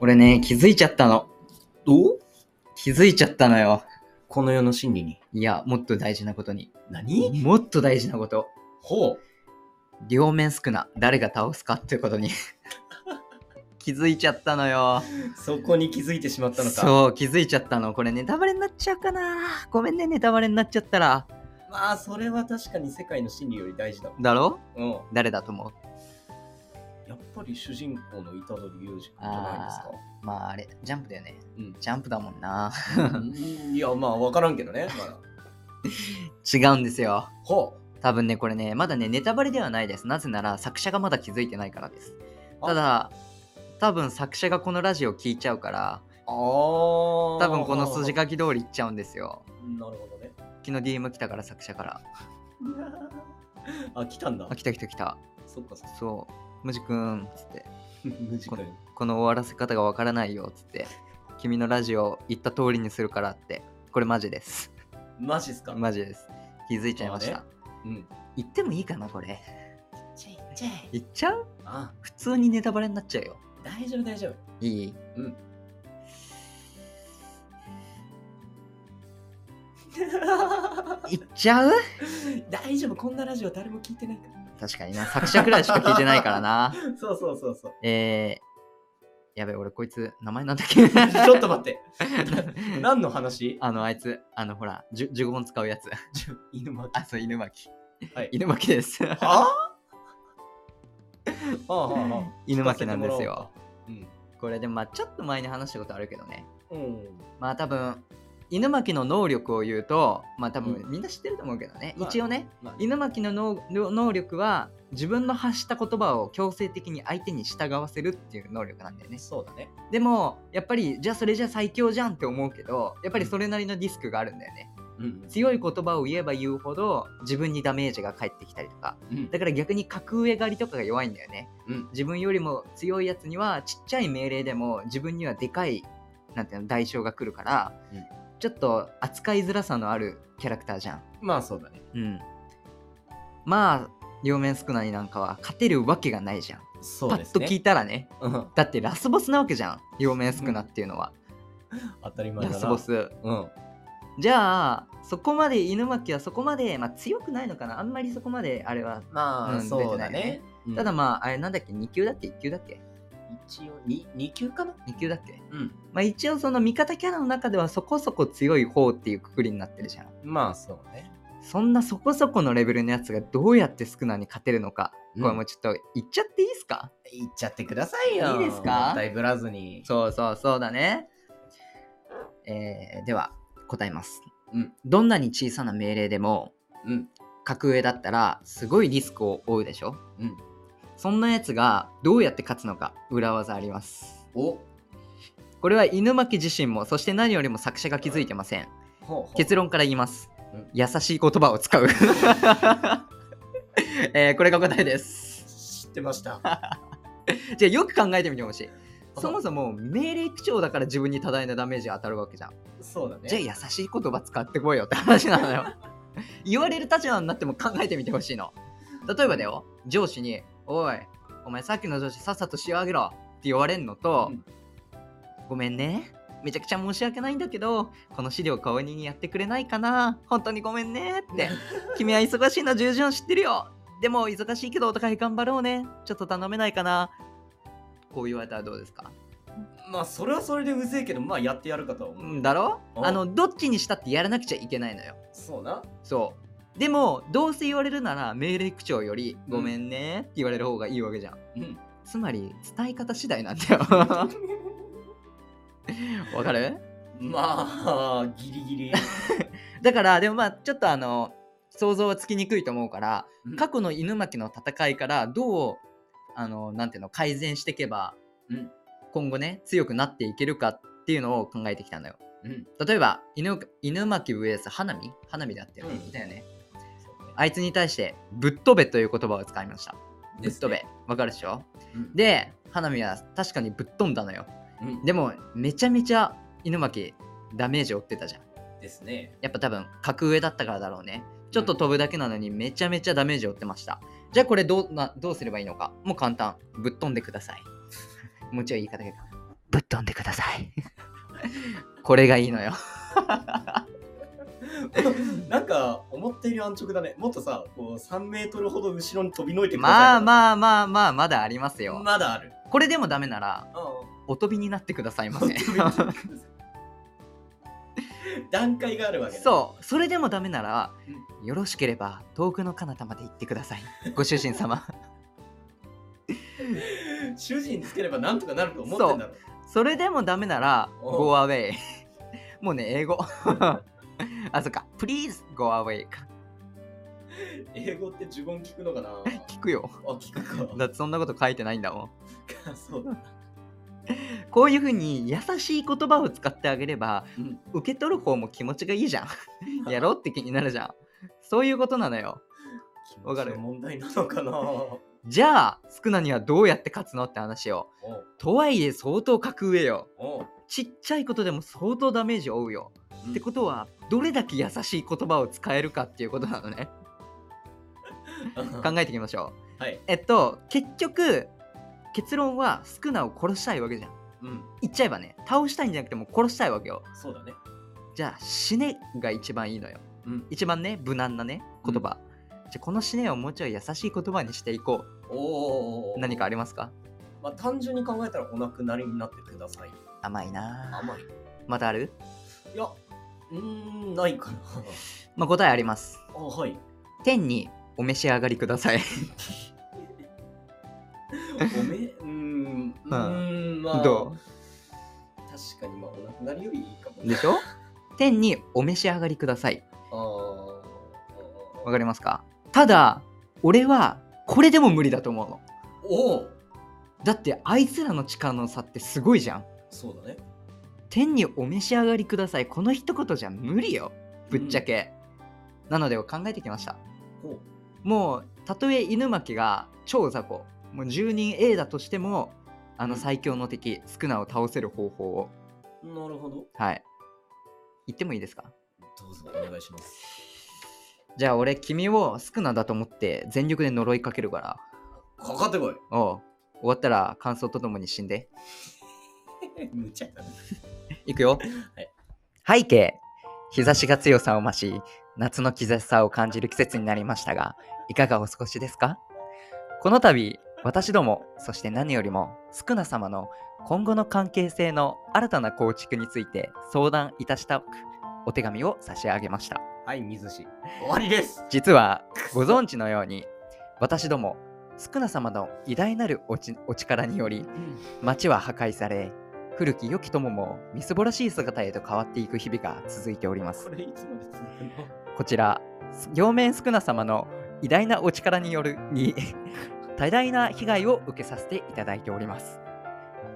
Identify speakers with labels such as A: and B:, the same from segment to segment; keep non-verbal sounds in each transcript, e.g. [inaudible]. A: 俺ね、気づいちゃったの。
B: お
A: 気づいちゃったのよ。
B: この世の真理に。
A: いや、もっと大事なことに。
B: 何
A: もっと大事なこと。
B: ほう。
A: 両面宿儺、誰が倒すかってことに。 [laughs] 気づいちゃったのよ。
B: そこに気づいてしまったのか。
A: そう、気づいちゃったの。これネタバレになっちゃうかな。ごめんね、ネタバレになっちゃったら。
B: まあ、それは確かに世界の真理より大事だもん。
A: だろ
B: うん。
A: 誰だと思う
B: やっぱり主人公の虎杖裕二君じゃない
A: まああれ、ジャンプだよね。
B: うん
A: ジャンプだもんな。 [laughs]
B: ですか。うんいや、まあ、わからんけどね。まだ。
A: 違うんですよ。
B: ほ
A: 多分ね、これね、まだね、ネタバレではないです。なぜなら、作者がまだ気づいてないからです。
B: あ
A: ただ、多分作者がこのラジオ聞いちゃうから、
B: う。ああ。多
A: 多分この筋書き通りいっちゃうんですよ。
B: なるほどね。 [laughs]
A: 昨日 DM 来たから、作者から。
B: あ、来たんだ
A: あ、。来た来た来た。
B: そっ
A: [laughs]
B: かそっか。
A: そう、むじくん、つって、
B: 無事かよ。
A: この終わらせ方がわからないよ、つって、君のラジオ言った通りにするからって、これマジです。
B: マジっすか。
A: マジです。気づいちゃいまし
B: あ
A: た。
B: うん。
A: 言ってもいいかな、これ。
B: ちいちい。
A: 言っちゃう
B: あ、
A: 普通にネタバレになっちゃうよ。
B: 大丈夫大丈夫。
A: いい [laughs]
B: うん。
A: 言っちゃう
B: 大丈夫、こんなラジオ誰も聞いてないから。
A: 確かにな。作者くらいしか聞いてないからな。 [laughs]
B: そうそうそうそう。
A: えー、やべ、俺こいつ、名前なんだっけ [laughs]
B: ちょっと待って。何の話
A: あの、あいつ、あの、ほら、じゅ呪言使うやつ。
B: ちょ犬巻き。
A: あ、そう、犬巻。
B: はい
A: 犬巻です。
B: はあはあはあはあ
A: 犬巻なんですよ。。
B: 聞かせてもら
A: これでも、まあちょっと前に話したことあるけどね。
B: おうかうん。うん。
A: まあ多分、犬巻の能力を言うと、まあ多分
B: う
A: みんな知ってると思うけどね。
B: まあ
A: 一応ね、
B: まあ、
A: 犬巻の能能力は自分の発した言葉を強制的に相手に従わせるっていう能力なんだよね
B: そうだね。
A: でもやっぱりじゃあそれじゃ最強じゃんって思うけどやっぱりそれなりのリスクがあるんだよね
B: うん
A: 強い言葉を言えば言うほど自分にダメージが返ってきたりとか
B: うん
A: だから逆に格上狩りとかが弱いんだよね
B: うん
A: 自分よりも強いやつにはちっちゃい命令でも自分にはでかいなんていうの代償が来るから、
B: うん
A: ちょっと扱いづらさのあるキャラクターじゃん
B: まあそうだね。
A: うん、まあ両面少ないなんかは勝てるわけがないじゃん、
B: そ
A: パ
B: うで
A: ッ
B: す
A: と
B: ね。
A: 聞いたらね
B: うん
A: だってラスボスなわけじゃん両面少なっていうのは、
B: 当たり前だ
A: ラ
B: な。
A: スボ。ス
B: うん。
A: じゃあそこまで犬巻はそこまで、まあ、強くないのかなあんまりそこまであれは
B: ま
A: う
B: あ
A: ん
B: そうだ
A: 出てない
B: ね。うん
A: ただ、まああれなんだっけ2級だっけ1級だっけ
B: 一応に二級かな
A: 2級だっけ
B: うん。
A: まあ一応その味方キャラの中ではそこそこ強い方っていうくくりになってるじゃん
B: まあそうね。
A: そんなそこそこのレベルのやつがどうやって少なに勝てるのか、これもうちょっと言っちゃっていいですか
B: 行っちゃってくださいよ。
A: いいですか
B: もったいぶらずに。
A: そうそうそうだね。えーでは答えます、
B: うん
A: どんなに小さな命令でも
B: うん。
A: 格上だったらすごいリスクを負うでしょ
B: うん。
A: そんなやつがどうやって勝つのか裏技あります。
B: お
A: これは犬巻自身もそして何よりも作者が気づいてません。
B: ほうほう
A: 結論から言います
B: うん。
A: 優しい言葉を使う。 [laughs] えーこれが答えです。
B: 知ってま
A: [laughs]
B: した。
A: じゃあよく考えてみてほしい。そもそも命令基調だから自分に多大なダメージが当たるわけじゃん。
B: そうだね。
A: じゃあ優しい言葉使ってこいよって話なの
B: [laughs]
A: よ。言われる立場になっても考えてみてほしいの。例えばだよ、上司に、おい、お前さっきの上司さっさと仕上げろって言われんのと、
B: うん
A: ごめんね。めちゃくちゃ申し訳ないんだけど、この資料代わりにやってくれないかな本当にごめんねって。君は忙しいの十分知ってるよ。でも忙しいけどお互い頑張ろうね。ちょっと頼めないかなこう言われたらどうですか
B: まあそれはそれでうぜえけど、まあやってやるかとは思う。
A: うんだろ
B: うん
A: あの、どっちにしたってやらなくちゃいけないのよ。
B: そうな。
A: そう。でも、どうせ言われるなら命令口調より、ごめんねって言われる方がいいわけじゃん。 [laughs]
B: うん。
A: つまり、伝え方次第なんだよ。わかる
B: まあ、ギリギリ。
A: だから、でもまあ、ちょっとあの、想像はつきにくいと思うから、
B: うん
A: 過去の犬巻の戦いからどう、あの、なんていうの、改善していけば、
B: うん
A: 今後ね、強くなっていけるかっていうのを考えてきたのよ。
B: うん。
A: 例えば、犬犬巻 VS 花火花火だってよね。
B: うん
A: だよね。
B: そうね
A: あいつに対して、ぶっ飛べという言葉を使いました。ぶっ飛べ。。わかるでしょ
B: うん
A: で花見は確かにぶっ飛んだのよ
B: うん
A: でもめちゃめちゃ犬巻ダメージ負ってたじゃん
B: ですね。
A: やっぱ多分格上だったからだろうねちょっと飛ぶだけなのにめちゃめちゃダメージ負ってましたじゃあこ [laughs] れどうなどうすればいいのかもう簡単ぶっ飛んでくださいもうちょい言い方がいいかなぶっ飛んでください。 [laughs] これがいいの [laughs] よ。
B: なんか思ったより安直だねもっとさこう3メートルほど後ろに飛びのいてください
A: まあ
B: あ
A: まあまあまあ、まだありますよ。
B: まだある
A: これでもダメなら、お飛びになってくださいま [laughs] せ。
B: 段階があるわけ、ね、
A: そう、それでもダメなら、よろしければ遠くの彼方まで行ってください。ご主人様。
B: [laughs] 主人つければなんとかなると思ってんだろ
A: それでもダメなら、
B: おう
A: Go away。も [laughs] うね、英語。 [laughs] あ、そっか。Please go away か。
B: 英語って呪文聞くの
A: [laughs]
B: かな
A: 聞くよ。
B: あ聞くか
A: だってそんなこと書いてないんだもん。
B: そうだ、
A: こういうふうに優しい言葉を使ってあげれば、
B: [laughs] うん
A: 受け取る方も気持ちがいいじゃん。 [laughs] やろうって気になるじゃん。そういうことなのよ。
B: 気持ちの
A: わかる
B: 問題なの
A: [laughs]
B: かなお
A: じゃあ、スクナにはどうやって勝つのって話を。とはいえ、相当格上よ。
B: お
A: ちっちゃいことでも相当ダメージを負うよ。
B: うん
A: ってことは、どれだけ優しい言葉を使えるかっていうことなのね。
B: [laughs]
A: 考えていきましょう。
B: はい
A: えっと、結局、結論はスクナを殺したいわけじゃん。
B: うん
A: 言っちゃえばね、倒したいんじゃなくてもう殺したいわけよ。
B: そうだね
A: じゃあ死ねが一番いいのよ。
B: うん
A: 一番ね、無難なね、言葉。じゃあこの死ねをもうちょい優しい言葉にしていこ
B: おお
A: う。何かありますか
B: まあ、単純に考えたらお亡くなりになってください
A: 甘いなぁ
B: 甘いい
A: またある
B: やうーんないかな [laughs]
A: まあ、答えあります。
B: あはい
A: 天にお召し上がりください。
B: おめう
A: [laughs]
B: ーんうーんまあ
A: ど
B: 確かにまあお亡くなりよりいいかも
A: うでしょ天にお召し上がりください。
B: あー
A: わかりますかただ、俺はこれでも無理だと思うの。
B: おお
A: だってあいつらの力の差ってすごいじゃん。
B: そうだね
A: 天にお召し上がりください。この一言じゃ無理よ。ぶっちゃけ。なので考えてきました。
B: おう
A: もうたとえ犬巻が超雑魚もう住人 A だとしてもあの
B: うん
A: 最強の敵、スクナを倒せる方法を
B: なるほど
A: はい言ってもいいですか
B: どうぞお願いします
A: じゃあ俺君をスクナだと思って全力で呪いかけるから
B: かかってこい
A: おう終わったら感想とともに死んで
B: むちゃだね
A: いくよ、背景日差しが強さを増し夏の気絶さを感じる季節になりましたがいかがお過ごしですかこの度私どもそして何よりもスクナ様の今後の関係性の新たな構築について相談いたしたくお手紙を差し上げました
B: はい水氏終わりです
A: 実はご存知のように私どもスクナ様の偉大なるおちお力により町は破壊され古き良き友もみすぼらしい姿へと変わっていく日々が続いております
B: これいつまで続くの
A: こちら両面スクナ様の偉大なお力によるに [laughs] 多大な被害を受けさせていただいております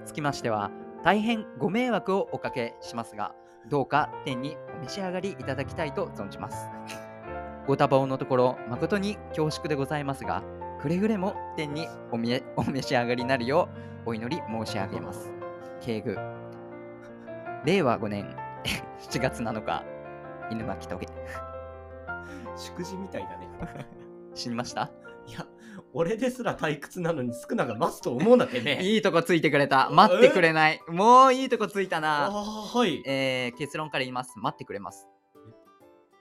A: つきましては大変ご迷惑をおかけしますがどうか天にお召し上がりいただきたいと存じますご多忙のところ誠に恐縮でございますがくれぐれも天におみえお召し上がりになるようお祈り申し上げます敬具令和5年 [laughs] 7月7日犬巻棘
B: 祝辞みたいだね
A: 死にました
B: いや俺ですら退屈なのに少なが待つと思うなてね
A: いいとこついてくれた待ってくれないもういいとこついた
B: あ
A: な
B: あはい
A: えー、結論から言います待ってくれます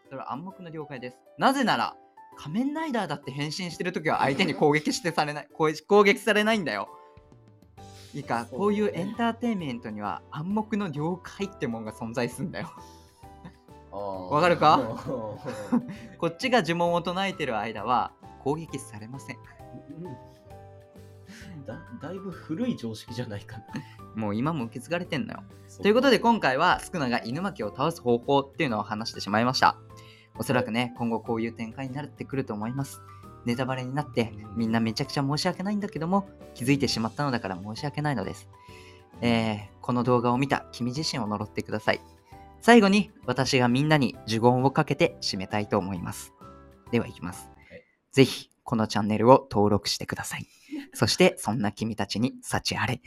A: それは暗黙の了解ですなぜなら仮面ライダーだって変身してるときは相手に攻撃してされない [laughs] 攻撃攻撃されないんだよいいか
B: そうね
A: こういうエンターテインメントには暗黙の了解ってもんが存在すんだよ
B: わ
A: かるかこっちが呪文を唱えてる間は攻撃されません
B: だだいぶ古い常識じゃないかな。
A: もう今も受け継がれてんのよ
B: そ
A: ということで今回はスクナが犬巻を倒す方法っていうのを話してしまいましたおそらくね今後こういう展開になってくると思いますネタバレになってみんなめちゃくちゃ申し訳ないんだけども気づいてしまったのだから申し訳ないのですえーこの動画を見た君自身を呪ってください最後に私がみんなに呪言をかけて締めたいと思いますではいきます
B: はい
A: ぜひこのチャンネルを登録してくださいそしてそんな君たちに幸あれ